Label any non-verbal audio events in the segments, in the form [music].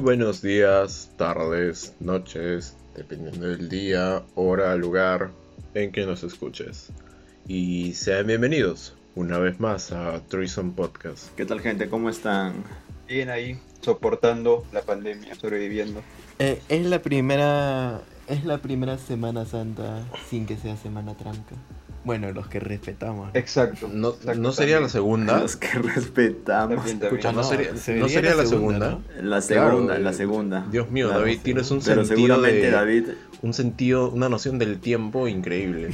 buenos días, tardes, noches, dependiendo del día, hora, lugar en que nos escuches. Y sean bienvenidos una vez más a Treason Podcast. ¿Qué tal gente? ¿Cómo están? Bien ahí, soportando la pandemia, sobreviviendo. Eh, es la primera es la primera Semana Santa sin que sea Semana Tranca. Bueno, los que respetamos. ¿no? Exacto. No, exacto, no sería la también. segunda. Los que respetamos. También, también. Escucha, no, No, sería, sería no sería la la segunda. segunda, La segunda, Claro, la eh, segunda. Dios mío, La David, segunda. tienes un Pero sentido seguramente de- David. Un sentido, una noción del tiempo increíble.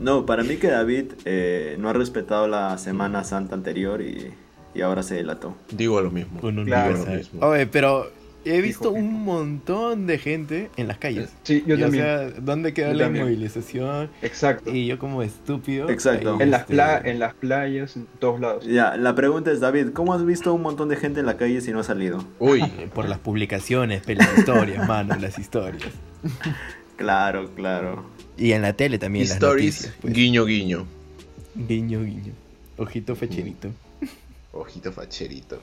No, para mí que David eh, no ha respetado la Semana Santa anterior y, y ahora se delató. Digo lo mismo. Con un Claro. Digo lo universal. mismo. Oye, pero he visto Fijo, un montón de gente en las calles. Sí, yo Y, también. O sea, ¿dónde quedó Yo la también. inmovilización? Exacto. Y yo como estúpido. Exacto. ahí, En las, este, pla- en las playas, en todos lados. Ya, la pregunta es, David, ¿cómo has visto un montón de gente en la calle si no ha salido? Uy, eh, [laughs] Por las publicaciones, pe, las historias, mano, las historias. Claro, claro. Y en la tele también las stories, noticias. pues. guiño, guiño. Guiño, guiño. Ojito fecherito. Ojito facherito.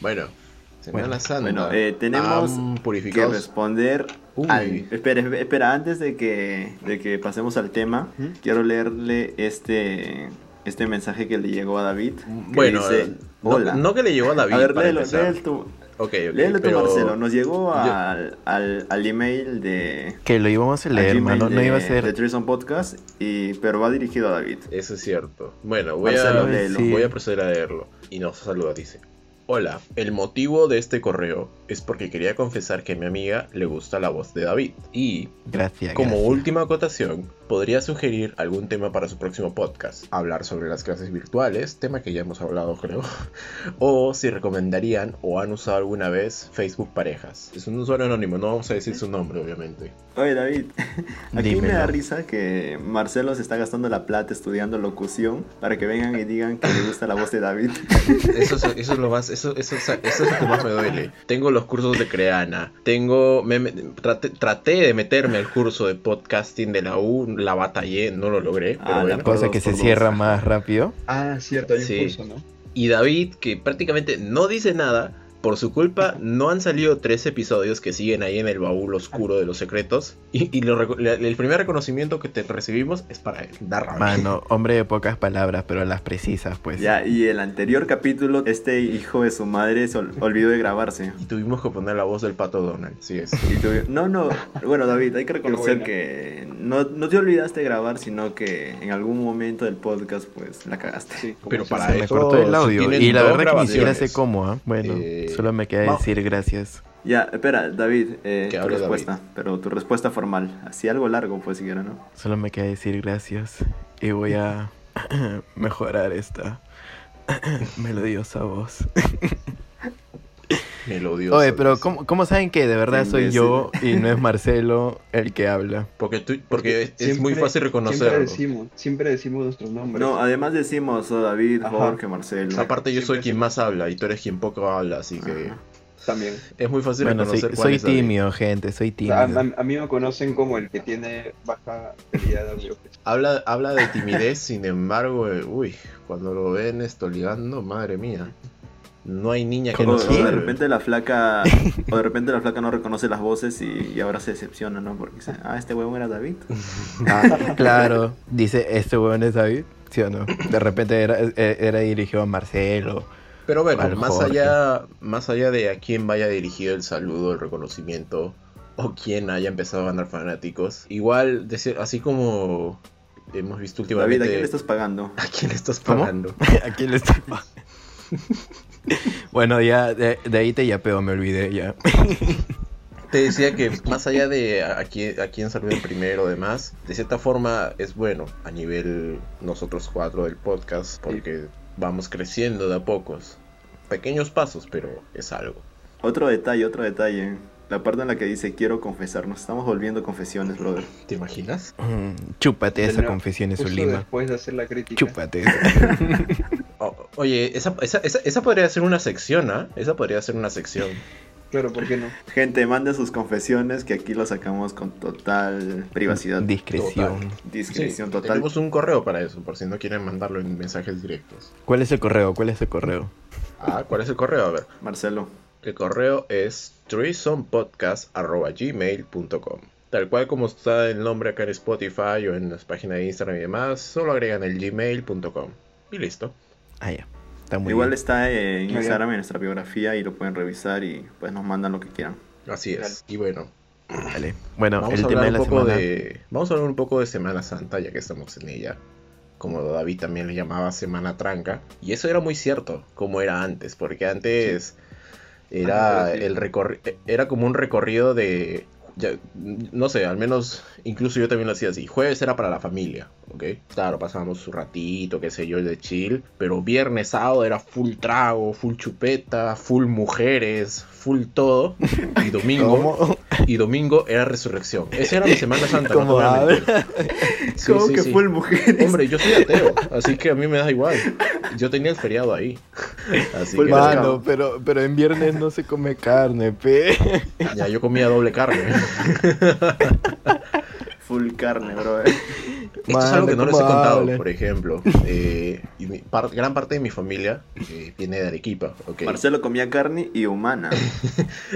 Bueno, Semana Bueno, Santa. Bueno, eh, tenemos Han que purificado responder Uy. al- Espera, espe- espera, antes de que, de que pasemos al tema, ¿Mm? quiero leerle este, este mensaje que le llegó a David. que Bueno, dice, eh, no- hola. No, que le llegó a David. a ver, para léelo, empezar. léelo tú, Ok, ok, léelo tú, pero- Marcelo. Nos yo- llegó al, al, al email de... Que lo íbamos a al leer, Gmail mano. de- No iba a De ser. Treason Podcast, y, pero va dirigido a David. Eso es cierto. Bueno, voy, Marcelo, a, léelo. sí. voy a proceder a leerlo. Y nos saluda, dice. Hola, el motivo de este correo es porque quería confesar que a mi amiga le gusta la voz de David. Y, Gracias. como gracias. última acotación, podría sugerir algún tema para su próximo podcast. Hablar sobre las clases virtuales, tema que ya hemos hablado creo. [laughs] o si recomendarían o han usado alguna vez Facebook Parejas. Es un usuario anónimo, no vamos a decir su nombre obviamente. Oye, David, [laughs] aquí me da Dímelo. risa que Marcelo se está gastando la plata estudiando locución para que vengan y digan que le gusta la voz de [laughs] David. Pues Eso es, eso es lo más, eso, eso, es- eso es lo que más me duele. Tengo los cursos de Creana, tengo, me- me- traté, traté de meterme al curso de podcasting de la U, la batallé, no lo logré, pero Ah, la bueno. por Cosa dos, que por se dos. cierra más rápido. Ah, cierto, hay un Sí. curso, ¿no? Y David, que prácticamente no dice nada, por su culpa no han salido tres episodios que siguen ahí en el baúl oscuro de los secretos. Y, y lo reco- la- el primer reconocimiento que te recibimos es para él, da rabia. Mano, hombre de pocas palabras, pero las precisas, pues. Ya, y el anterior capítulo, este hijo de su madre se ol- olvidó de grabarse. Y tuvimos que poner la voz del pato Donald, sí es. Y tú- no, no, bueno David, hay que reconocer buena. que no, no te olvidaste de grabar, sino que en algún momento del podcast pues la cagaste. Sí, como Pero se para Se me eso cortó el sí audio. tienen Y la dos verdad que ni siquiera sé grabaciones. cómo, ¿ah? Bueno, Eh, solo me queda va- decir gracias. Ya, espera, David, eh, Que tu hable respuesta, pero tu respuesta formal, así algo largo pues siquiera, ¿no? Solo me queda decir gracias. Y voy a [laughs] mejorar esta [laughs] melodiosa voz. Melodioso. Oye, pero dice. ¿cómo, cómo saben que de verdad soy yo y no es Marcelo el que [laughs] habla? Porque, tú- porque es, es Siempre- muy fácil Siempre reconocerlo. decimos, siempre decimos nuestros nombres. No, además decimos oh, David, Ajá. Jorge, Marcelo. Aparte yo Siempre soy quien más habla y tú eres quien poco habla, así que Ajá. También. es muy fácil Bueno, soy, reconocer cuál soy es David. tímido, gente, soy O sea, a, tímido. a- a mí me conocen como el que tiene baja calidad de audio. Habla, habla de timidez, [laughs] sin embargo, eh, uy, cuando lo ven esto ligando, madre mía. No hay niña que O, no o de salve. repente la [laughs] flaca o de repente la flaca no reconoce las voces y, y ahora se decepciona, ¿no? Porque dice, ah, este huevón era David. Ah, [laughs] claro, dice, ¿este huevón es David? ¿Sí o no? De repente era, eh, era dirigido a Marcelo. [laughs] Pero bueno, Al más Jorge. allá, más allá de a quién vaya dirigido el saludo, el reconocimiento, o quién haya empezado a ganar fanáticos, igual, decir- así como hemos visto últimamente... David, ¿a quién le estás pagando? [laughs] ¿a quién le estás ¿Cómo? pagando? ¿A quién le está? [laughs] bueno, ya, de, de ahí te yapeo, me olvidé ya. [clears throat] Te decía que más allá de a a quién, a quién saludan primero, demás, de cierta forma es bueno a nivel nosotros cuatro del podcast, porque vamos creciendo de a pocos. Pequeños pasos, pero es algo. Otro detalle, otro detalle. La parte en la que dice quiero confesar, nos estamos volviendo confesiones, brother. ¿Te imaginas? Mm, Chúpate esa Tendrá- confesión en su Justo lima. después de hacer la [laughs] crítica. Chúpate esa. O- oye, esa, esa, esa, esa podría ser una sección, ¿ah? Esa podría ser una sección. Claro, ¿por qué no? Gente, mande sus confesiones que aquí lo sacamos con total privacidad, Discreción. discreción Sí, total. Tenemos un correo para eso, por si no quieren mandarlo en mensajes directos. ¿Cuál es el correo? ¿Cuál es el correo? Ah, ¿cuál es el correo? A ver. Marcelo, El correo es threesomepodcast.gmail.com Tal cual como está el nombre acá en Spotify o en las páginas de Instagram y demás, solo agregan el gmail.com y listo. Ah, ya. Está muy Igual bien. está eh, en bien. Instagram, en nuestra biografía y lo pueden revisar y pues nos mandan lo que quieran. Así es. Y bueno, Vale. Bueno, vamos el a tema de hablar la un poco semana. de. Vamos a hablar un poco de Semana Santa, ya que estamos en ella. Como David también le llamaba Semana Tranca. Y eso era muy cierto, como era antes, porque antes era Ah, sí. el recorri- era como un recorrido de. ya- no sé, al menos incluso yo también lo hacía así. Jueves era para la familia, ¿ok? Claro, pasábamos un ratito, qué sé yo, de chill. Pero viernes, sábado era full trago, full chupeta, full mujeres, full todo. Y domingo [laughs] ¿Cómo? y domingo era resurrección. Esa era mi [laughs] Semana Santa. no te ¿Cómo voy a va? mentir. Sí, ¿Cómo sí, que sí. fue el mujeres? Hombre, yo soy ateo, así que a mí me da igual. Yo tenía el feriado ahí. Así Fue que mano. Mano, pero, pero en viernes no se come carne, pe. ya yo comía doble carne. [laughs] Full carne, bro. eh. Esto es algo que no les he ¿cómo contado, hablas? por ejemplo. Eh, y mi par- gran parte de mi familia eh, viene de Arequipa. ok. Marcelo comía carne y humana.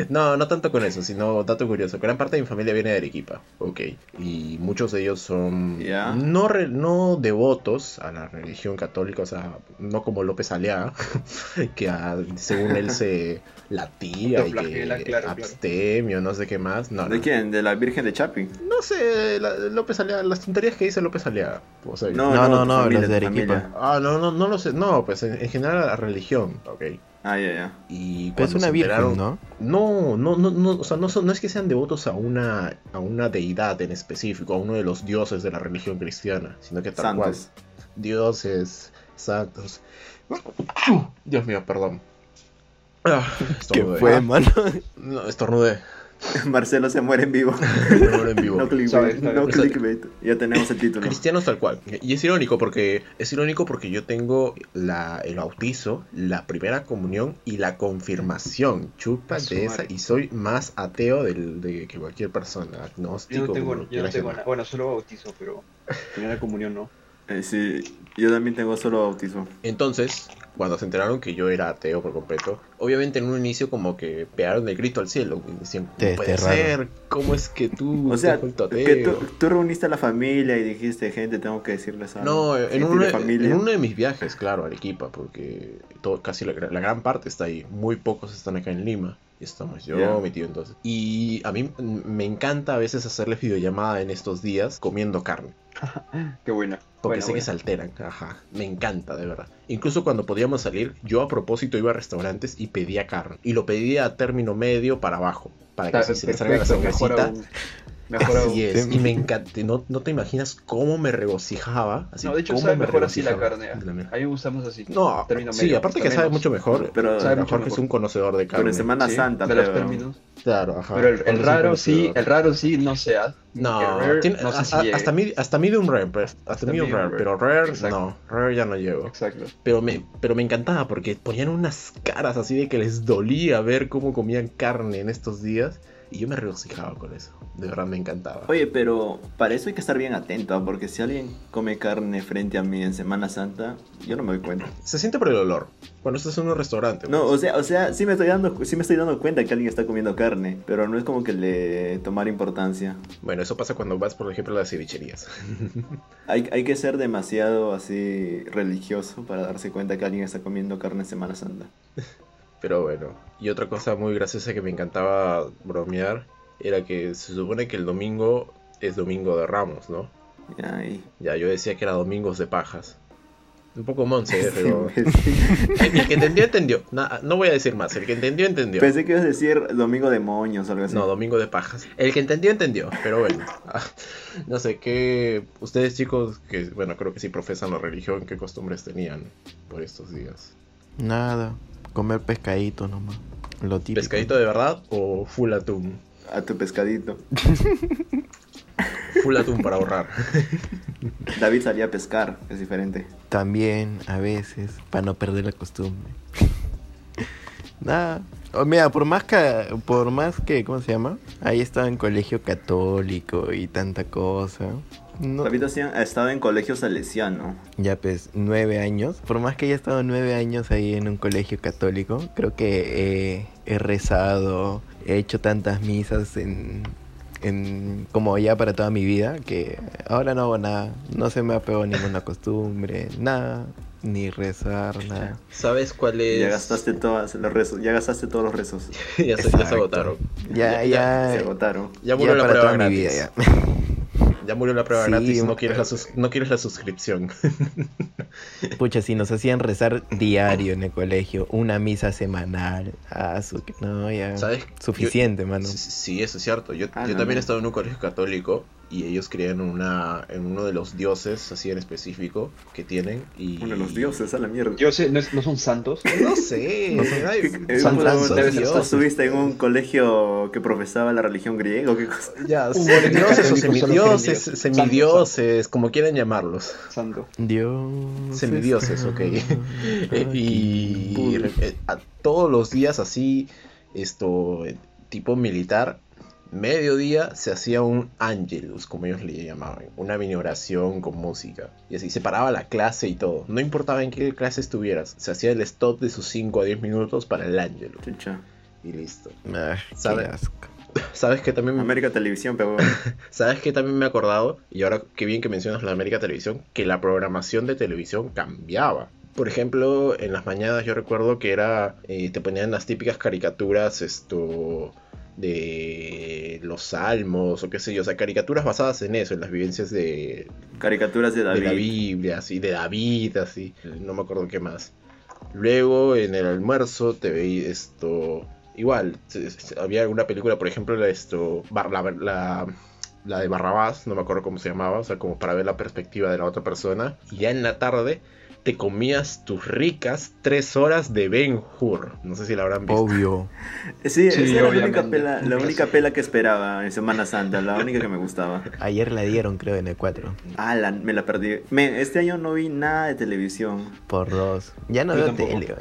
No, no tanto con eso, sino dato curioso. Gran parte de mi familia viene de Arequipa, ok. Y muchos de ellos son Ya. no, re- no devotos a la religión católica, o sea, no como López Aliaga, [laughs] que a- según él se latía y Autoflagela, que claro, claro. abstemio, no sé qué más. No, ¿De no. quién? ¿De la Virgen de Chapi? No sé, la- López Aliaga, las tonterías que dice López Aliaga. o sea, No, no, tu no, familia, los de tu Arequipa. familia. Ah, no, no, no lo sé. No, pues en, en general la religión, ok. Ah, ya, ya. Y Pero es cuando una se enteraron- virgen, ¿no? no, no, no, no, o sea, no, son- no es que sean devotos a una, a una deidad en específico, a uno de los dioses de la religión cristiana, sino que tal cual. Santos. [laughs] Dioses, santos. [coughs] Dios mío, perdón. Ah, Que Estornudé. fue, mano. No, estornudé. Marcelo se muere en vivo. Me muero en vivo. [laughs] No clickbait. Sabes, sabes. No Exacto. clickbait. Ya tenemos el título. Cristianos tal cual. Y es irónico porque es irónico porque yo tengo la, el bautizo, la primera comunión y la confirmación. Chupa A su de esa madre. y soy más ateo del, de que cualquier persona, agnóstico. Yo no como tengo, lo yo no quieras tengo llamar. nada. Bueno, solo bautizo, pero primera comunión no. Eh, sí, yo también tengo solo bautismo. Entonces, cuando se enteraron que yo era ateo por completo, obviamente en un inicio como que pegaron el grito al cielo. y Decían, no Te- te puede raro". ser, ¿cómo es que tú O te sea, has vuelto que ateo?". tú, tú reuniste a la familia y dijiste, gente, tengo que decirles algo. No, en Gente uno, de de- familia. en uno de mis viajes, claro, a Arequipa, porque todo, casi la, gra- la gran parte está ahí. Muy pocos están acá en Lima. Y Estamos yo, Ya. mi tío entonces. Y a mí mm, me encanta a veces hacerles videollamada en estos días comiendo carne. Qué buena. Porque Buena, sé que buena. se alteran, ajá. Me encanta, de verdad. Incluso cuando podíamos salir, yo a propósito iba a restaurantes y pedía carne. Y lo pedía a término medio para abajo. Para que Está si se le salga la perfecto, mejor cervecita. aún. Mejor aún. Así es. Sí. Y me Em, encanta. No, no te imaginas cómo me regocijaba. Así, No, de hecho cómo sabe me mejor así la regocijaba carne. de la ¿eh? mierda. A mí me gustamos así. No, Término sí, medio, aparte que está sabe menos. mucho mejor. Pero- Sabe Sabe mejor mucho que es mejor. un conocedor de Pero carne. en Semana Sí, Santa, de los pero- términos. Claro, ajá. Pero el, el Él es un raro sí, conocedor. el raro sí no se hace. No, tiene- no sé a- si a- llegue. hasta, mid- hasta medium rare, pero- hasta medium medium rare, rare. pero rare Exacto. no, rare ya no llego. Exacto. Pero me, pero me encantaba porque ponían unas caras así de que les dolía ver cómo comían carne en estos días. Y yo me regocijaba con eso. De verdad me encantaba. Oye, pero para eso hay que estar bien atento, ¿ah? porque si alguien come carne frente a mí en Semana Santa, yo no me doy cuenta. Se siente por el olor. Cuando estás en un restaurante. No, pues. o sea, o sea, sí me estoy dando, sí me estoy dando cuenta que alguien está comiendo carne, pero no es como que le tomar importancia. Bueno, eso pasa cuando vas, por ejemplo, a las cevicherías. [laughs] Hay, hay que ser demasiado así religioso para darse cuenta que alguien está comiendo carne en Semana Santa. Pero bueno. Y otra cosa muy graciosa que me encantaba bromear era que se supone que el domingo es domingo de Ramos, ¿no? Ay. Ya yo decía que era domingos de pajas. Un poco monce, ¿eh? Este [laughs] pero. imbécil. El que entendió, entendió. No, no voy a decir más. El que entendió, entendió. Pensé que ibas a decir domingo de moños o algo así. No, domingo de pajas. El que entendió, entendió. Pero bueno, Ah, no sé qué. Ustedes, chicos, que bueno, creo que sí profesan la religión, ¿qué costumbres tenían por estos días? Nada. Comer pescadito nomás. Lo típico. ¿Pescadito de verdad o full atún? A tu pescadito. Full atún para ahorrar. David salía a pescar, es diferente. También, a veces, para no perder la costumbre. [laughs] Nada. O mira, por más que, por más que, ¿cómo se llama? Ahí estaba en colegio católico y tanta cosa. No. David hacía- ha estado en colegio salesiano. Ya pues, nueve años. Por más que haya estado nueve años ahí en un colegio católico, creo que eh, he rezado, he hecho tantas misas en, en- como ya para toda mi vida, que ahora no hago nada. No se me ha pegado ninguna costumbre, nada, ni rezar, nada. ¿Sabes cuál es? Eh, Ya gastaste todas los rezos, ya gastaste todos los rezos. [laughs] ya, se, ya se Exacto. agotaron. Ya- Ya, ya Se ya, ya, agotaron. murió la para prueba toda mi gratis. vida. ya. [laughs] Ya murió la prueba Sí, gratis. No un- quieres la, sus- no quieres la suscripción. Pucha, si nos hacían rezar diario en el colegio, una misa semanal, ah, su- no, ya. ¿Sabes? Suficiente, mano. Sí, sí, eso es cierto. Yo, Ah, yo no, también no. estaba en un colegio católico y ellos creían en una, en uno de los dioses, así en específico, que tienen. Y... Uno de los dioses, a la mierda. [laughs] Yo sé, ¿no, es- no son santos? No sé. No sé. ay, Eh, San ¿tú- Santos, tú- debe tú ser Santos. estuviste en un colegio que profesaba la religión griega o qué cosa? Ya, Un colegio dioses o católico solo semidioses, creen en Dios. semidioses, como quieran llamarlos. Santo. Dios. Semidioses, está ok. [laughs] Eh, aquí. y eh, a- todos los días así, esto, eh, tipo militar, mediodía se hacía un angelus, como ellos le llamaban, una mini oración con música. Y así se paraba la clase y todo. No importaba en qué clase estuvieras, se hacía el stop de sus 5 a 10 minutos para el angelus. Chucha. Y listo. Ah, ¿Sabe? qué asco. ¿Sabes que también me América Televisión, pero ¿Sabes qué también me he acordado? Y ahora qué bien que mencionas la América Televisión, que la programación de televisión cambiaba. Por ejemplo, en las mañanas yo recuerdo que era, eh, te ponían las típicas caricaturas, esto, de los salmos o qué sé yo, o sea, caricaturas basadas en eso, en las vivencias de, caricaturas de de la David. Biblia, así, de David, así, no me acuerdo qué más. Luego en el almuerzo te veía esto, igual, se- se- había alguna película, por ejemplo, la, esto, Bar- la, la- la de Barrabás, no me acuerdo cómo se llamaba, o sea, como para ver la perspectiva de la otra persona. Y ya en la tarde te comías tus ricas tres horas de Ben Hur. No sé si la habrán visto. Obvio. Sí, esa Sí, era la única, obviamente. pela, la única pela que esperaba en Semana Santa, la única que me gustaba. Ayer la dieron, creo, en E el 4. Ah, la- me la perdí. Me- este año no vi nada de televisión. Por dos. Ya no Yo veo tampoco. tele.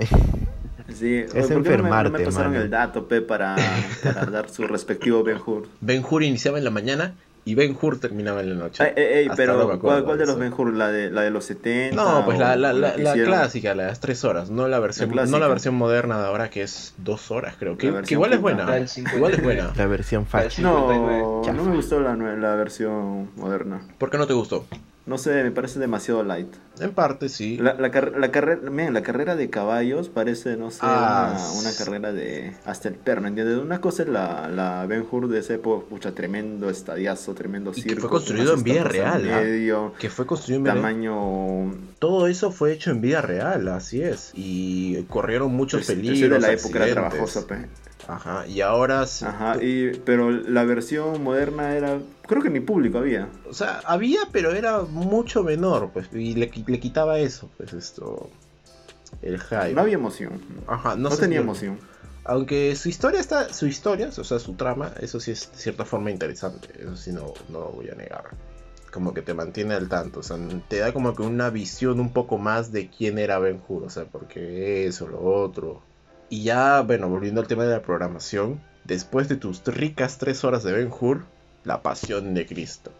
Sí, oye, ¿por qué no me- enfermarte, no me, pasaron mano. el dato, pe, para, para dar su respectivo Ben Hur. Ben Hur iniciaba en la mañana y Ben Hur terminaba en la noche. Ey, ey, ey, Hasta ahora me pero acuerdo ¿cuál, cuál de eso. los Ben Hur? ¿La de, la de los 70? No, pues la, o- la, o la, que la hicieron? clásica, las tres horas, no la versión, La no la clásica. versión moderna de ahora que es dos horas, creo. Que, La que versión igual es puta. buena. La del 50. Igual es buena. [laughs] La versión facha. No, 59. no me gustó la, nue- la versión moderna. ¿Por qué no te gustó? No sé, me parece demasiado light. En parte sí. La, la, car- la, carrera, la carrera de caballos parece, no sé, Ah, una, una sí. carrera de hasta el perno, ¿entiendes? Una cosa es la, la Ben Hur de esa época, pucha, tremendo estadiazo, tremendo Y que circo. fue construido unas en vida estatuas al real, ¿ah? medio, Que fue construido en vida real. tamaño... Todo eso fue hecho en vida real, así es. Y corrieron muchos el- el peligros. cielo pues, de la época era accidentes. trabajosa, pe. Ajá, y ahora. se- Ajá, y, pero la versión moderna era... Creo que ni público había. O sea, había, pero era mucho menor, pues. Y le, qui- le quitaba eso, pues esto. El hype. No había emoción. Ajá, no, No, se- tenía emoción. Aunque su historia está, su historia, o sea, su trama, eso sí es de cierta forma interesante, eso sí no, no lo voy a negar. Como que te mantiene al tanto, o sea, te da como que una visión un poco más de quién era Ben Hur, o sea, porque eso, lo otro. Y ya, bueno, volviendo al tema de la programación, después de tus ricas tres horas de Ben Hur, La Pasión de Cristo,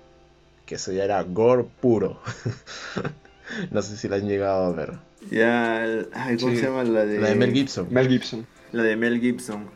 que eso ya era gore puro. [laughs] no sé si la han llegado a ver. Ya, el- ay, ¿cómo Sí. se llama? La de, La de Mel Gibson. Mel Gibson. La de Mel Gibson.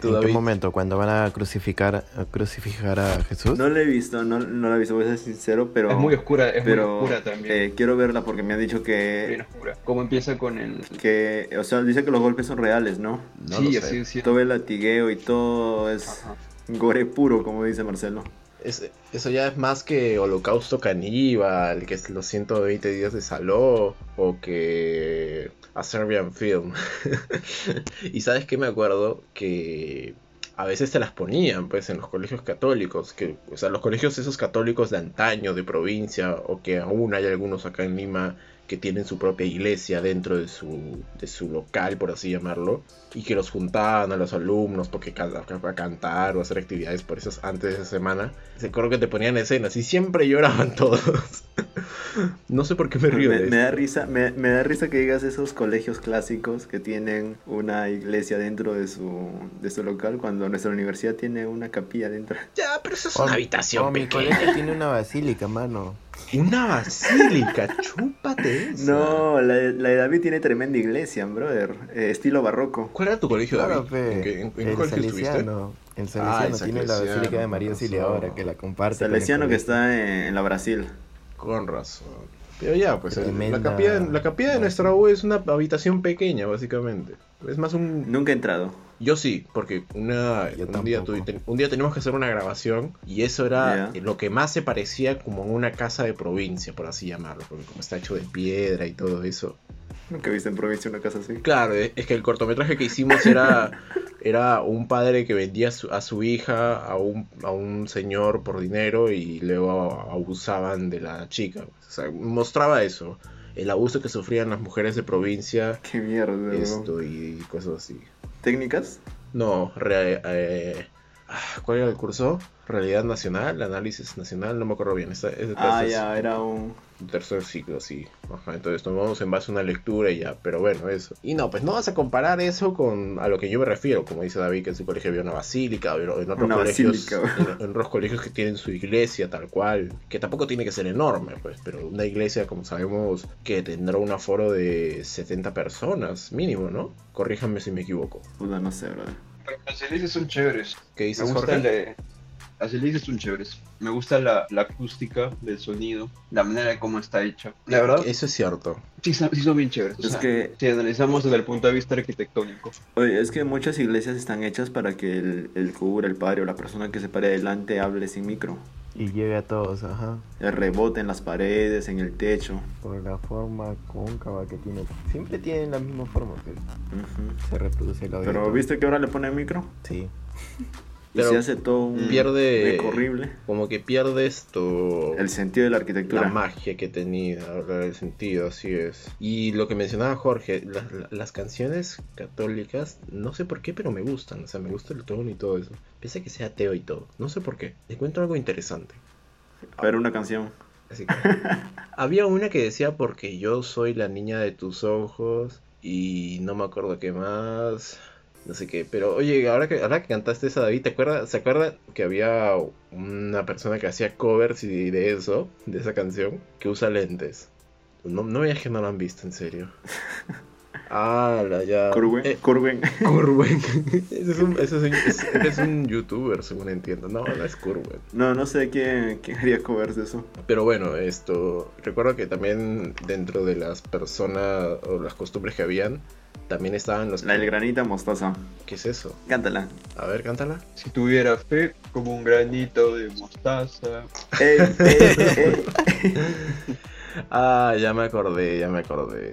Tú, ¿En qué David. momento? ¿Cuando van a crucificar a, crucificar a Jesús? No la he visto, no, no la he visto, voy a ser sincero, pero... es muy oscura, es muy pero oscura también. eh, quiero verla porque me han dicho eh, bien que, oscura. Como empieza con el... que, o sea, dice que los golpes son reales, ¿no? No sí, lo sé. así es cierto. Todo el latigueo y todo es Ajá. gore puro, como dice Marcelo. Es- eso ya es más que Holocausto Caníbal, que es los 120 días de Saló, o que a Serbian Film. [laughs] y sabes que me acuerdo que a veces te las ponían, pues, en los colegios católicos, que, o sea, los colegios esos católicos de antaño, de provincia, o que aún hay algunos acá en Lima que tienen su propia iglesia dentro de su, de su local, por así llamarlo, y que los juntaban a los alumnos porque can- para cantar o hacer actividades [laughs] por eso antes de esa semana. Se acuerdo que te ponían escenas y siempre lloraban todos. No sé por qué me Ah, Me, río de me esto. da risa, me, me da risa que digas esos colegios clásicos que tienen una iglesia dentro de su, de su local cuando nuestra universidad tiene una capilla dentro. Ya, pero eso es Oh, una habitación oh, mi pequeña. colegio tiene una [laughs] basílica, mano. Una basílica, chúpate esa. No, la, de- la de David tiene tremenda iglesia, brother. eh, estilo barroco. ¿Cuál era tu colegio, Claro, David? pe. ¿En qué, en- en qué el colegio estuviste? Salesiano. El Ah, Salesiano el tiene la Salesiano, basílica de María con razón. Auxiliadora que la comparte. con el Salesiano que colegio. está en, en la Brasil. Con razón. Pero ya, pues el- Tremenda- la, capilla, la capilla de nuestra U es una habitación pequeña, básicamente. Es más un... Nunca he entrado. Yo sí, porque una, Yo un, día tuve- tampoco. un día teníamos que hacer una grabación y eso era eh, Ya. lo que más se parecía como a una casa de provincia, por así llamarlo, porque como está hecho de piedra y todo eso. Nunca he visto en provincia una casa así. Claro, e- es que el cortometraje que hicimos [laughs] era, era un padre que vendía su- a su hija a un, a un señor por dinero y luego a- abusaban de la chica. pues. O sea, mostraba eso, el abuso que sufrían las mujeres de provincia Qué mierda, bro. esto y cosas así. ¿Técnicas? No, re- eh, ah, ¿cuál era el curso? Realidad Nacional, Análisis Nacional, no me acuerdo bien. Está, es de Ah, tercer- ya, era un... tercer ciclo, sí. Ajá, entonces tomamos en base a una lectura y ya, pero bueno, eso. Y no, pues no vas a comparar eso con a lo que yo me refiero, como dice David, que en su colegio había una basílica, o en otros Una colegios, basílica. en, en otros colegios que tienen su iglesia tal cual, que tampoco tiene que ser enorme, pues, pero una iglesia, como sabemos, que tendrá un aforo de 70 personas mínimo, ¿no? Corríjanme si me equivoco. Puta, no sé, brother. Pero las hélices son chéveres. ¿Qué Me dices, gusta Jorge? el de... Las hélices son chéveres. Me gusta la, la acústica del sonido, la manera de cómo está hecha. La verdad, Eso es cierto. sí, son- sí son bien chéveres. o Es sea, que- Si analizamos desde el punto de vista arquitectónico. Oye, es que muchas iglesias están hechas para que el, el cura, el padre o la persona que se pare adelante hable sin micro. Y llega a todos, ajá. El rebote en las paredes, en el techo. Por la forma cóncava que tiene. Siempre tienen la misma forma, pero Ujú. se reproduce el audio. Pero todo. ¿viste que ahora le ponen micro? Sí. Y Pero se hace todo un pierde- hueco horrible. Como que pierdes tu... El sentido de la arquitectura. la magia que tenía, ahora el sentido, así es. Y lo que mencionaba Jorge, la- la- las canciones católicas, no sé por qué, pero me gustan, o sea, me gusta el tono y todo eso. Pese a que sea ateo y todo, no sé por qué, encuentro algo interesante. Pero una canción. Así que, había una que decía porque yo soy la niña de tus ojos y no me acuerdo qué más, no sé qué, pero oye, ahora que ahora que cantaste esa David, ¿te acuerdas? ¿Se acuerda que había una persona que hacía covers y de eso, de esa canción, que usa lentes? No, no veas que no lo han visto, en serio. Ah, la ya. Curwen. Eh, Curwen. Curwen. [laughs] ese es un, ese es, un- ese es un youtuber, según entiendo. No, no es Curwen. [laughs] No, no sé quién, quién haría covers de eso. Pero bueno, esto, recuerdo que también dentro de las personas o las costumbres que habían, también estaban los... La del granita mostaza. ¿Qué es eso? Cántala. A ver, cántala. Si tuviera fe, como un granito de mostaza. Ey, ey, [laughs] ey. Ah, ya me acordé, ya me acordé.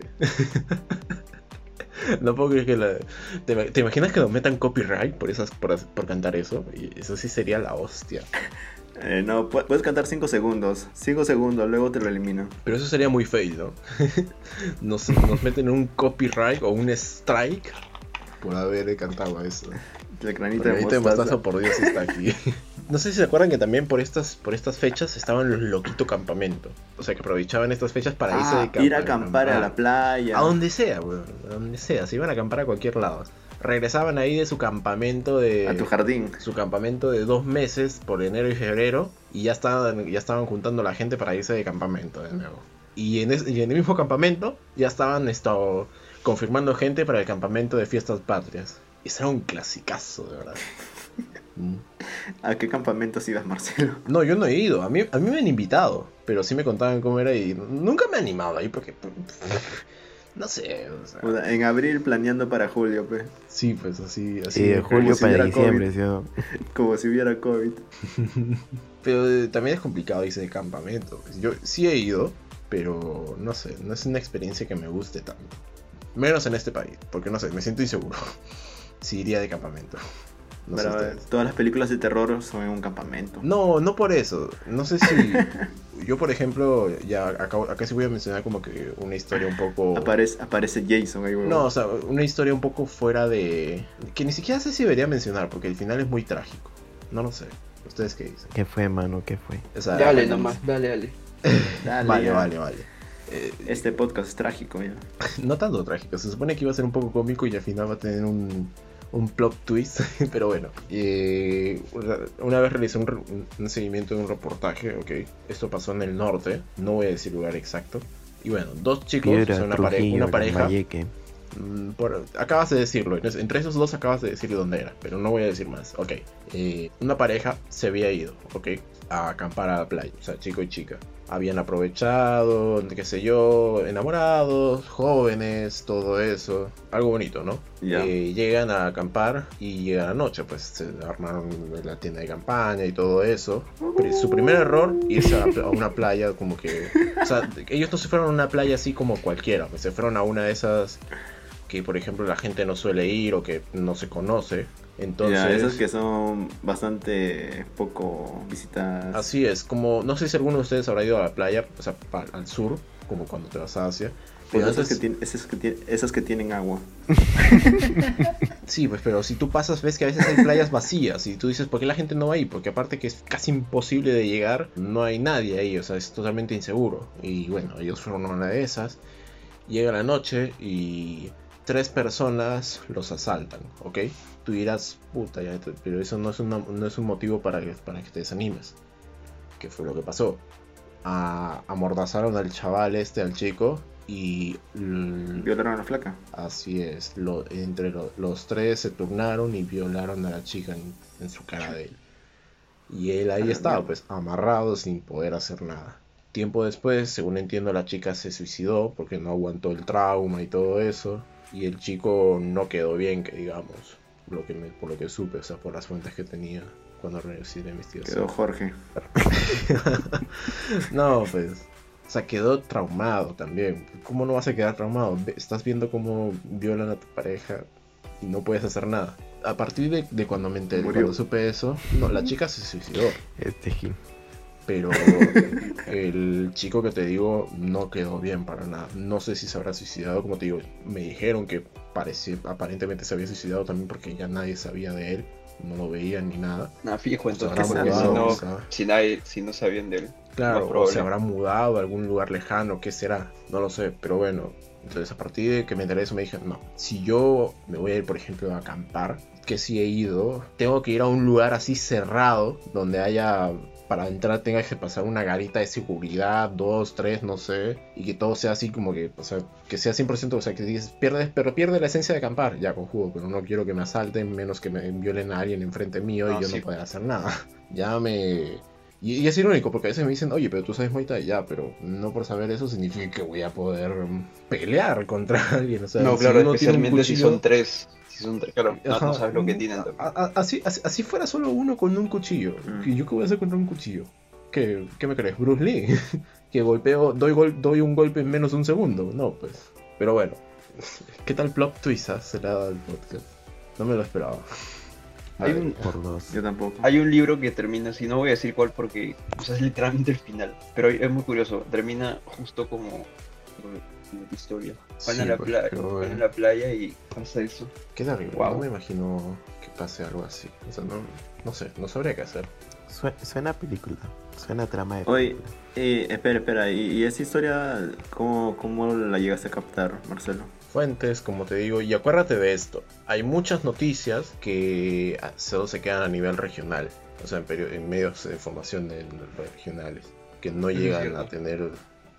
[laughs] no puedo creer que la... ¿Te, ima- te imaginas que nos metan copyright por, esas, por, as- por cantar eso? Y eso sí sería la hostia. Eh, no, pu- puedes cantar 5 segundos. 5 segundos, luego te lo elimino. Pero eso sería muy fail, ¿no? [laughs] nos, nos meten un copyright o un strike por haber cantado eso. El granito Pero de ahorita mostaza. de mostaza, por Dios, está aquí. [laughs] No sé si se acuerdan que también por estas, por estas fechas estaban los loquito campamento. O sea, que aprovechaban estas fechas para irse de Ah, campa- ir a acampar a la playa. A donde sea, weón. A donde sea. Se iban a acampar a cualquier lado. Regresaban ahí de su campamento de... A tu jardín. su campamento de dos meses por enero y febrero y ya estaban, ya estaban juntando la gente para irse de campamento de nuevo. Y en, es- y en el mismo campamento ya estaban esto, confirmando gente para el campamento de fiestas patrias. Y eso era un clasicazo, de verdad. Mm. ¿A qué campamentos ibas, Marcelo? No, yo no he ido, a mí, a mí me han invitado, pero sí me contaban cómo era y nunca me he animado ahí porque... [laughs] No sé, o sea, O sea, En abril planeando para julio, pues. sí, pues así... así Y de como julio si para hubiera diciembre, COVID. ¿sí? o no? Como si hubiera COVID. Pero eh, también es complicado irse de campamento. pues. Yo sí he ido, pero no sé, no es una experiencia que me guste tanto. Menos en este país, porque no sé, me siento inseguro. [laughs] Si iría de campamento. No, sé Pero, eh, ustedes. todas las películas de terror son en un campamento. no, no por eso. No sé si. [laughs] Yo, por ejemplo, ya acabo, acá sí voy a mencionar como que una historia un poco. Aparece, aparece Jason ahí, huevón. No, o sea, una historia un poco fuera de. Que ni siquiera sé si debería mencionar, porque el final es muy trágico. No lo sé. ¿Ustedes qué dicen? ¿Qué fue, mano? ¿Qué fue? O sea, Dale nomás, dale, dale. Dale, Vale, ya. vale, vale. Eh, Este podcast es trágico ya. [laughs] no tanto trágico, se supone que iba a ser un poco cómico y al final va a tener un, un plot twist, [laughs] pero bueno. Eh, una- una vez realicé un, re- un seguimiento de un reportaje, ok, esto pasó en el norte, no voy a decir lugar exacto. Y bueno, dos chicos, o Piedra, sea, una, pare- Trujillo, una pareja, Lambayeque. Mm, por- acabas de decirlo, en es- entre esos dos acabas de decir dónde era, pero no voy a decir más. Ok, eh, una pareja se había ido, ok, a acampar a la playa, o sea, chico y chica. Habían aprovechado, qué sé yo, enamorados, jóvenes, todo eso. Algo bonito, ¿no? Ya. Eh, llegan a acampar y llega la noche, pues se armaron la tienda de campaña y todo eso. Pri- su primer error, irse a, la pla- a una playa como que... O sea, ellos no se fueron a una playa así como cualquiera, pues, se fueron a una de esas que por ejemplo la gente no suele ir o que no se conoce. Entonces, ya, esos que son bastante poco visitadas. así es, como no sé si alguno de ustedes habrá ido a la playa, o sea, pa- al sur, como cuando te vas a Asia. Pero Pero esas, que antes- tienen, esas, que tienen, esas que tienen agua. Sí, pues, pero si tú pasas, ves que a veces hay playas vacías y tú dices, ¿por qué la gente no va ahí? Porque aparte que es casi imposible de llegar, no hay nadie ahí, o sea, es totalmente inseguro. Y bueno, ellos fueron a una de esas, llega la noche y tres personas los asaltan, ¿ok? Tú dirás, puta, ya, te- pero eso no es, una- no es un motivo para que, para que te desanimes. ¿Qué fue lo que pasó? A, amordazaron al chaval este, al chico, y l- Violaron a la flaca. Así es, lo- entre lo- los tres se turnaron y violaron a la chica en, en su cara de él. Y él Ah, ahí estaba, mierda. pues, amarrado sin poder hacer nada. Tiempo después, según entiendo, la chica se suicidó porque no aguantó el trauma y todo eso. Y el chico no quedó bien, que digamos, lo que me- por lo que supe, o sea, por las fuentes que tenía cuando realicé la investigación. Quedó Jorge. No, pues. O sea, quedó traumado también. ¿Cómo no vas a quedar traumado? Ve- Estás viendo cómo violan a tu pareja y no puedes hacer nada. A partir de, de cuando me enteré, Murió. cuando supe eso, no, la chica se suicidó. Este Gil. Pero el chico que te digo no quedó bien para nada. No sé si se habrá suicidado, como te digo, me dijeron que parecía, aparentemente se había suicidado también porque ya nadie sabía de él, no lo veían ni nada. Nah, fijo, Se Pues entonces, habrá qué porque si mudado, no, o sea. si, nadie, si no sabían de él. Claro, o probable. se habrá mudado a algún lugar lejano, ¿qué será? No lo sé, pero bueno. Entonces, a partir de que me enteré de eso, me dije, no, si yo me voy a ir, por ejemplo, a acampar, que sí he ido, tengo que ir a un lugar así cerrado, donde haya, para entrar tengas que pasar una garita de seguridad, dos, tres, no sé, y que todo sea así como que, o sea, que sea 100%, o sea, que dices, pierdes, pero pierde la esencia de acampar, ya conjugo, pero no quiero que me asalten, menos que me violen a alguien enfrente mío No, y yo sí. no poder hacer nada. Ya me, y, y es irónico, porque a veces me dicen, oye, pero tú sabes Muay Thai, ya, pero no por saber eso significa que voy a poder mm, pelear contra [laughs] alguien. O sea, no, si claro, uno tiene un especialmente si son cuchillo- tres. Si son tres, claro, no, Ajá. no sabes lo que tienen. A- a- así, así, así fuera solo uno con un cuchillo. Mm. ¿Y yo qué voy a hacer contra un cuchillo? ¿Qué, qué me crees? ¿Bruce Lee? [laughs] que golpeo, doy, gol- doy un golpe en menos de un segundo. No, pues. Pero bueno. [laughs] ¿Qué tal plot twist ah? se le ha dado al podcast? No me lo esperaba. Hay [laughs] un, Por dos. Yo tampoco. Hay un libro que termina así, no voy a decir cuál porque o sea, es literalmente el final, pero es muy curioso, termina justo como, como la historia. Van, Sí, a, la pues, playa, pero van a bueno. la playa y pasa eso. Qué terrible. Guau. No me imagino que pase algo así. O sea, no, no sé, no sabría qué hacer. Sue- Suena a película. Suena a trama de Oye, película. eh, espera, espera. ¿Y, y esa historia cómo, cómo la llegaste a captar, Marcelo? fuentes, como te digo, y acuérdate de esto, hay muchas noticias que ah, solo se quedan a nivel regional, o sea, en, perio- en medios de información de- regionales, que no es llegan cierto. ah. a tener,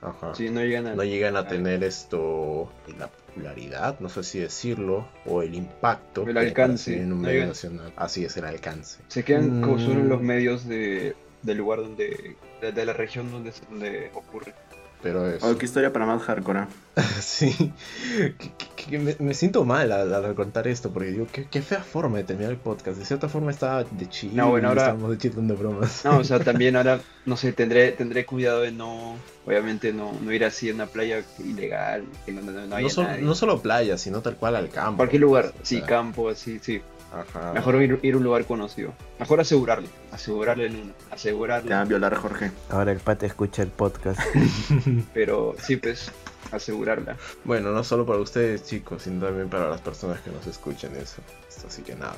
ajá, Si no llegan a... Ah, no llegan a al- tener esto, la popularidad, no sé si decirlo, o el impacto. El que alcance, aparece En un no medio llegan. nacional. Así es, el alcance. Se quedan como solo en los Mm. medios de, del lugar donde... De, de la región donde, es- donde ocurre. Pero es... Oye, qué historia para más hardcore. ah? Sí, que- que- que me, me siento mal al, al contar esto, porque digo, qué, qué fea forma de terminar el podcast. De cierta forma está de chill, No, bueno, ahora- estamos de chill dando bromas. No, [laughs] o sea, también ahora, no sé, tendré tendré cuidado de no... Obviamente no, no ir así en una playa ilegal, en donde no, no No, haya solo, nadie. no solo playa, sino tal cual al campo. Cualquier lugar, sí, O sea, campo, así, sí. ajá. Mejor ir, ir a un lugar conocido. Mejor asegurarle. Asegurarle en uno. Te Asegurarle. van a violar, Jorge. Ahora el pata escucha [laughs] el podcast. Pero sí, pues, asegurarla. Bueno, no solo para ustedes, chicos, sino también para las personas que nos escuchen eso. Esto, así que nada.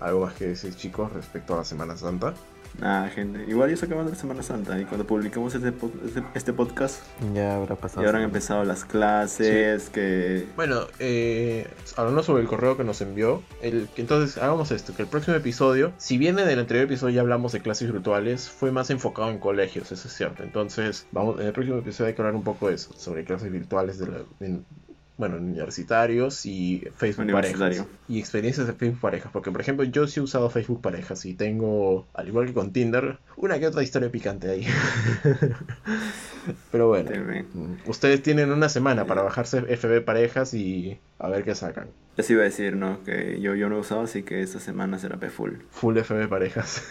¿Algo más que decir, chicos, respecto a la Semana Santa? Nada, gente. Igual ya se acabando la Semana Santa y cuando publicamos este, pod- este, este podcast Ya habrá pasado. ya habrán empezado las clases, que... Bueno, eh, hablando sobre el correo que nos envió, el, que entonces hagamos esto, que el próximo episodio, si bien en el anterior episodio ya hablamos de clases virtuales, fue más enfocado en colegios, eso es cierto. Entonces, vamos, en el próximo episodio hay que hablar un poco de eso, sobre clases virtuales de la, en- bueno, universitarios y Facebook parejas. Universitario. Y experiencias de Facebook parejas, porque por ejemplo yo sí he usado Facebook parejas y tengo, al igual que con Tinder, una que otra historia picante ahí. [laughs] Pero bueno. Teme. Mm, Ustedes tienen una semana para bajarse FB parejas y a ver qué sacan. Ya se iba a decir, ¿no? Que yo, yo no he usado, así que esta semana será P full. Full FB parejas.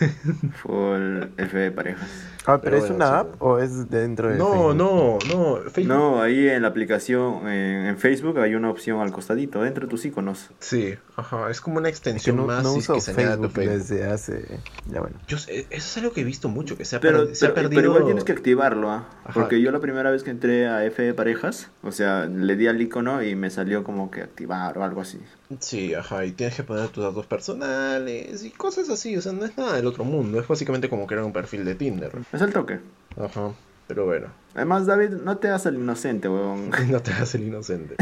Full F de parejas. Ah, pero, Pero es bueno, una sí. app o es dentro de no, Facebook? no, no. Facebook. No, ahí en la aplicación, en, en Facebook hay una opción al costadito, dentro de tus iconos. Sí, ajá. Es como una Es que extensión no, más no si es uso que se añade a tu Facebook Facebook. desde hace. Ya bueno. Yo sé- eso es algo que he visto mucho, que se ha, Pero, perdi- se ha pero- perdido. pero igual tienes que activarlo, ¿ah? Ajá. Porque yo la primera vez que entré a F de parejas, o sea, le di al icono y me salió como que activar o algo así. Sí, ajá. Y tienes que poner tus datos personales y cosas así. O sea, no es nada del otro mundo. Es básicamente como crear un perfil de Tinder. Es el toque. Ajá. Pero bueno. Además, David, no te hagas el inocente, weón. [laughs] No te hagas el inocente.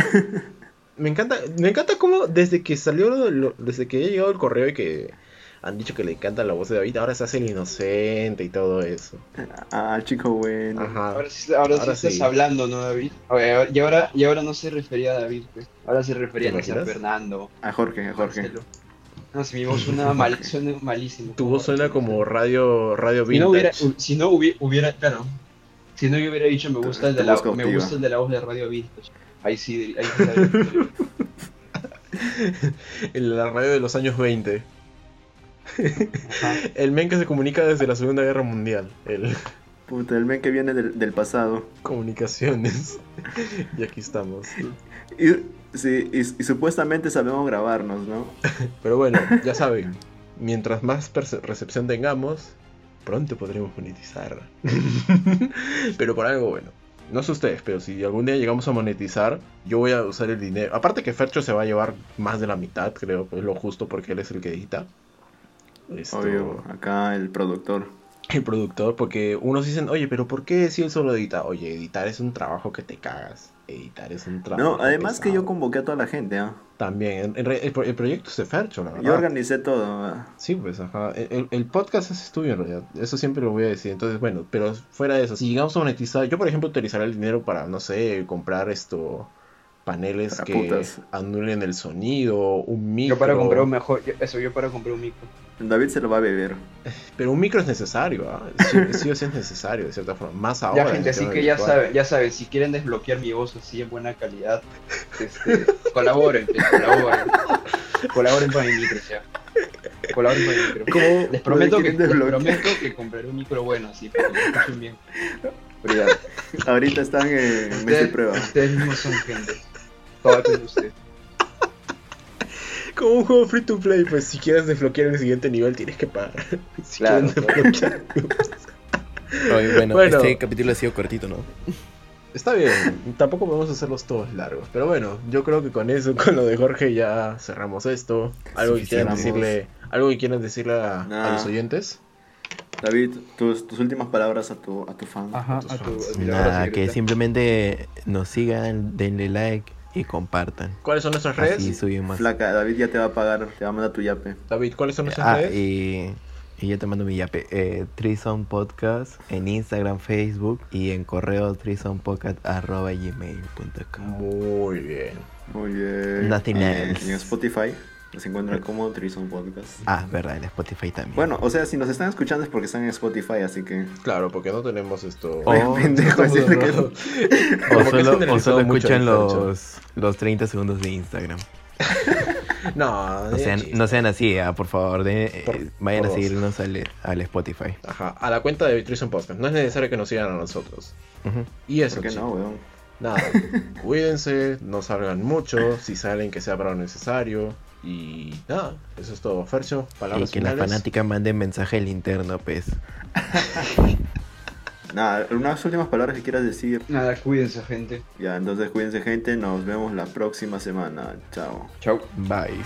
me encanta, me encanta cómo desde que salió, lo- lo- desde que ha llegado el correo y que han dicho que le encanta la voz de David, ahora se hace el inocente y todo eso. Ah, chico bueno. Ajá. Ahora sí, ahora sí Ah. Ahora sí. estás hablando, ¿no, David? A ver, y, ahora, y ahora no se refería a David, pues. Ahora se refería ¿Te a San imaginas? Fernando. A Jorge, a Jorge. Marcelo. No, si mi voz suena mal, suena malísimo. Tu voz suena como radio, radio Si no hubiera, vintage. hu- si no hubiera, hubiera- claro. Si no yo hubiera dicho me gusta el de Tu la, voz me cautiva. gusta el de la voz de Radio Vintage. Ahí sí, ahí sí estaría. En la radio de los años 20. Ajá. El men que se comunica desde la Segunda Guerra Mundial. El [laughs] Puta, el men que viene del, del pasado. comunicaciones. Y aquí estamos. Y, sí, y, y supuestamente sabemos grabarnos, ¿no? Pero bueno, ya saben. Mientras más perce- recepción tengamos, pronto podremos monetizar. [laughs] pero por algo bueno. No sé ustedes, pero si algún día llegamos a monetizar, yo voy a usar el dinero. Aparte que Fercho se va a llevar más de la mitad, creo, es lo justo porque él es el que edita. Esto, Obvio, acá el productor. El productor, porque unos dicen, oye, pero ¿por qué si él solo edita? Oye, editar es un trabajo que te cagas. Editar es un trabajo. No, además que yo pesado. convoqué a toda la gente, ¿ah? También, en- en re- el, pro- el proyecto es de Fercho, la verdad. Yo organicé todo. ah. Sí, pues, ajá. El, el- el podcast es tuyo en realidad. Eso siempre lo voy a decir. Entonces, bueno, pero fuera de eso, si llegamos a monetizar, yo por ejemplo utilizaré el dinero para, no sé, comprar esto, paneles Para que putas. anulen el sonido, un micro. Yo para comprar un mejor, yo- eso, yo para comprar un micro. David se lo va a beber. [laughs] Pero un micro es necesario, ¿ah? Sí, sí o sí es necesario, de cierta forma. Más ahora. ya en gente, el así tema que ya virtual. saben, ya saben, si quieren desbloquear mi voz así en buena calidad, este, [laughs] colaboren, pues, colaboren. colaboren para mi micro, ya. Colaboren [laughs] para mi micro. ¿Cómo? Les prometo, que, ¿Quieren les desbloquear? prometo que compraré un micro bueno, así, para que lo escuchen bien. Pero ya, Ahorita están en mes de ustedes, prueba. ustedes mismos son gente. Todo depende de ustedes. Como un juego free to play, pues si quieres desbloquear el siguiente nivel tienes que pagar. [laughs] Si Claro, quieres desbloquear- Oye, bueno, Bueno. este capítulo ha sido cortito, ¿no? Está bien, tampoco podemos hacerlos todos largos. Pero bueno, yo creo que con eso, [laughs] con lo de Jorge, ya cerramos esto. Algo que quieran Suficiente. decirle, algo que quieran decirle a, Nah. a los oyentes. David, tus, tus últimas palabras a tu, a tu fan. Ajá, a tu fans. admiradora Nada, que secreta. simplemente nos sigan, denle like y compartan. ¿Cuáles son nuestras redes? Así suben más. Flaca, David ya te va a pagar, te va a mandar tu yape. David, ¿cuáles son nuestras Ah, redes? y, y yo te mando mi yape. Eh, Trison Podcast en Instagram, Facebook y en correo trisonpodcast.gmail.com. Muy bien. Muy bien. Nothing Eh, else. En Spotify nos encuentran como Trison Podcast. Ah, verdad, en Spotify también. Bueno, o sea, si nos están escuchando es porque están en Spotify, así que. Claro, porque no tenemos esto. O- [laughs] No [laughs] pendejo, estamos decirle que- hablando- [laughs] o como que solo, se han o solo analizado mucho escuchan el Fercho. los, los 30 segundos de Instagram. No, No Ah, ya sean, chiste. no sean así, ah, por favor. de- eh, Por- vayan por a dos. seguirnos al, al Spotify. Ajá, a la cuenta de Vitruvian Podcast. No es necesario que nos sigan a nosotros. Ujú. Y eso, ¿Por qué chicos. no, weón? Nada, cuídense, no salgan mucho, si salen que sea para lo necesario. Y nada, eso es todo, Fercho. Y Palabras que las finales. fanáticas manden mensaje al interno, pues. Nada, unas últimas palabras que quieras decir. Nada, cuídense, gente. Ya, entonces cuídense, gente. Nos vemos la próxima semana. Chao. Chau. Bye.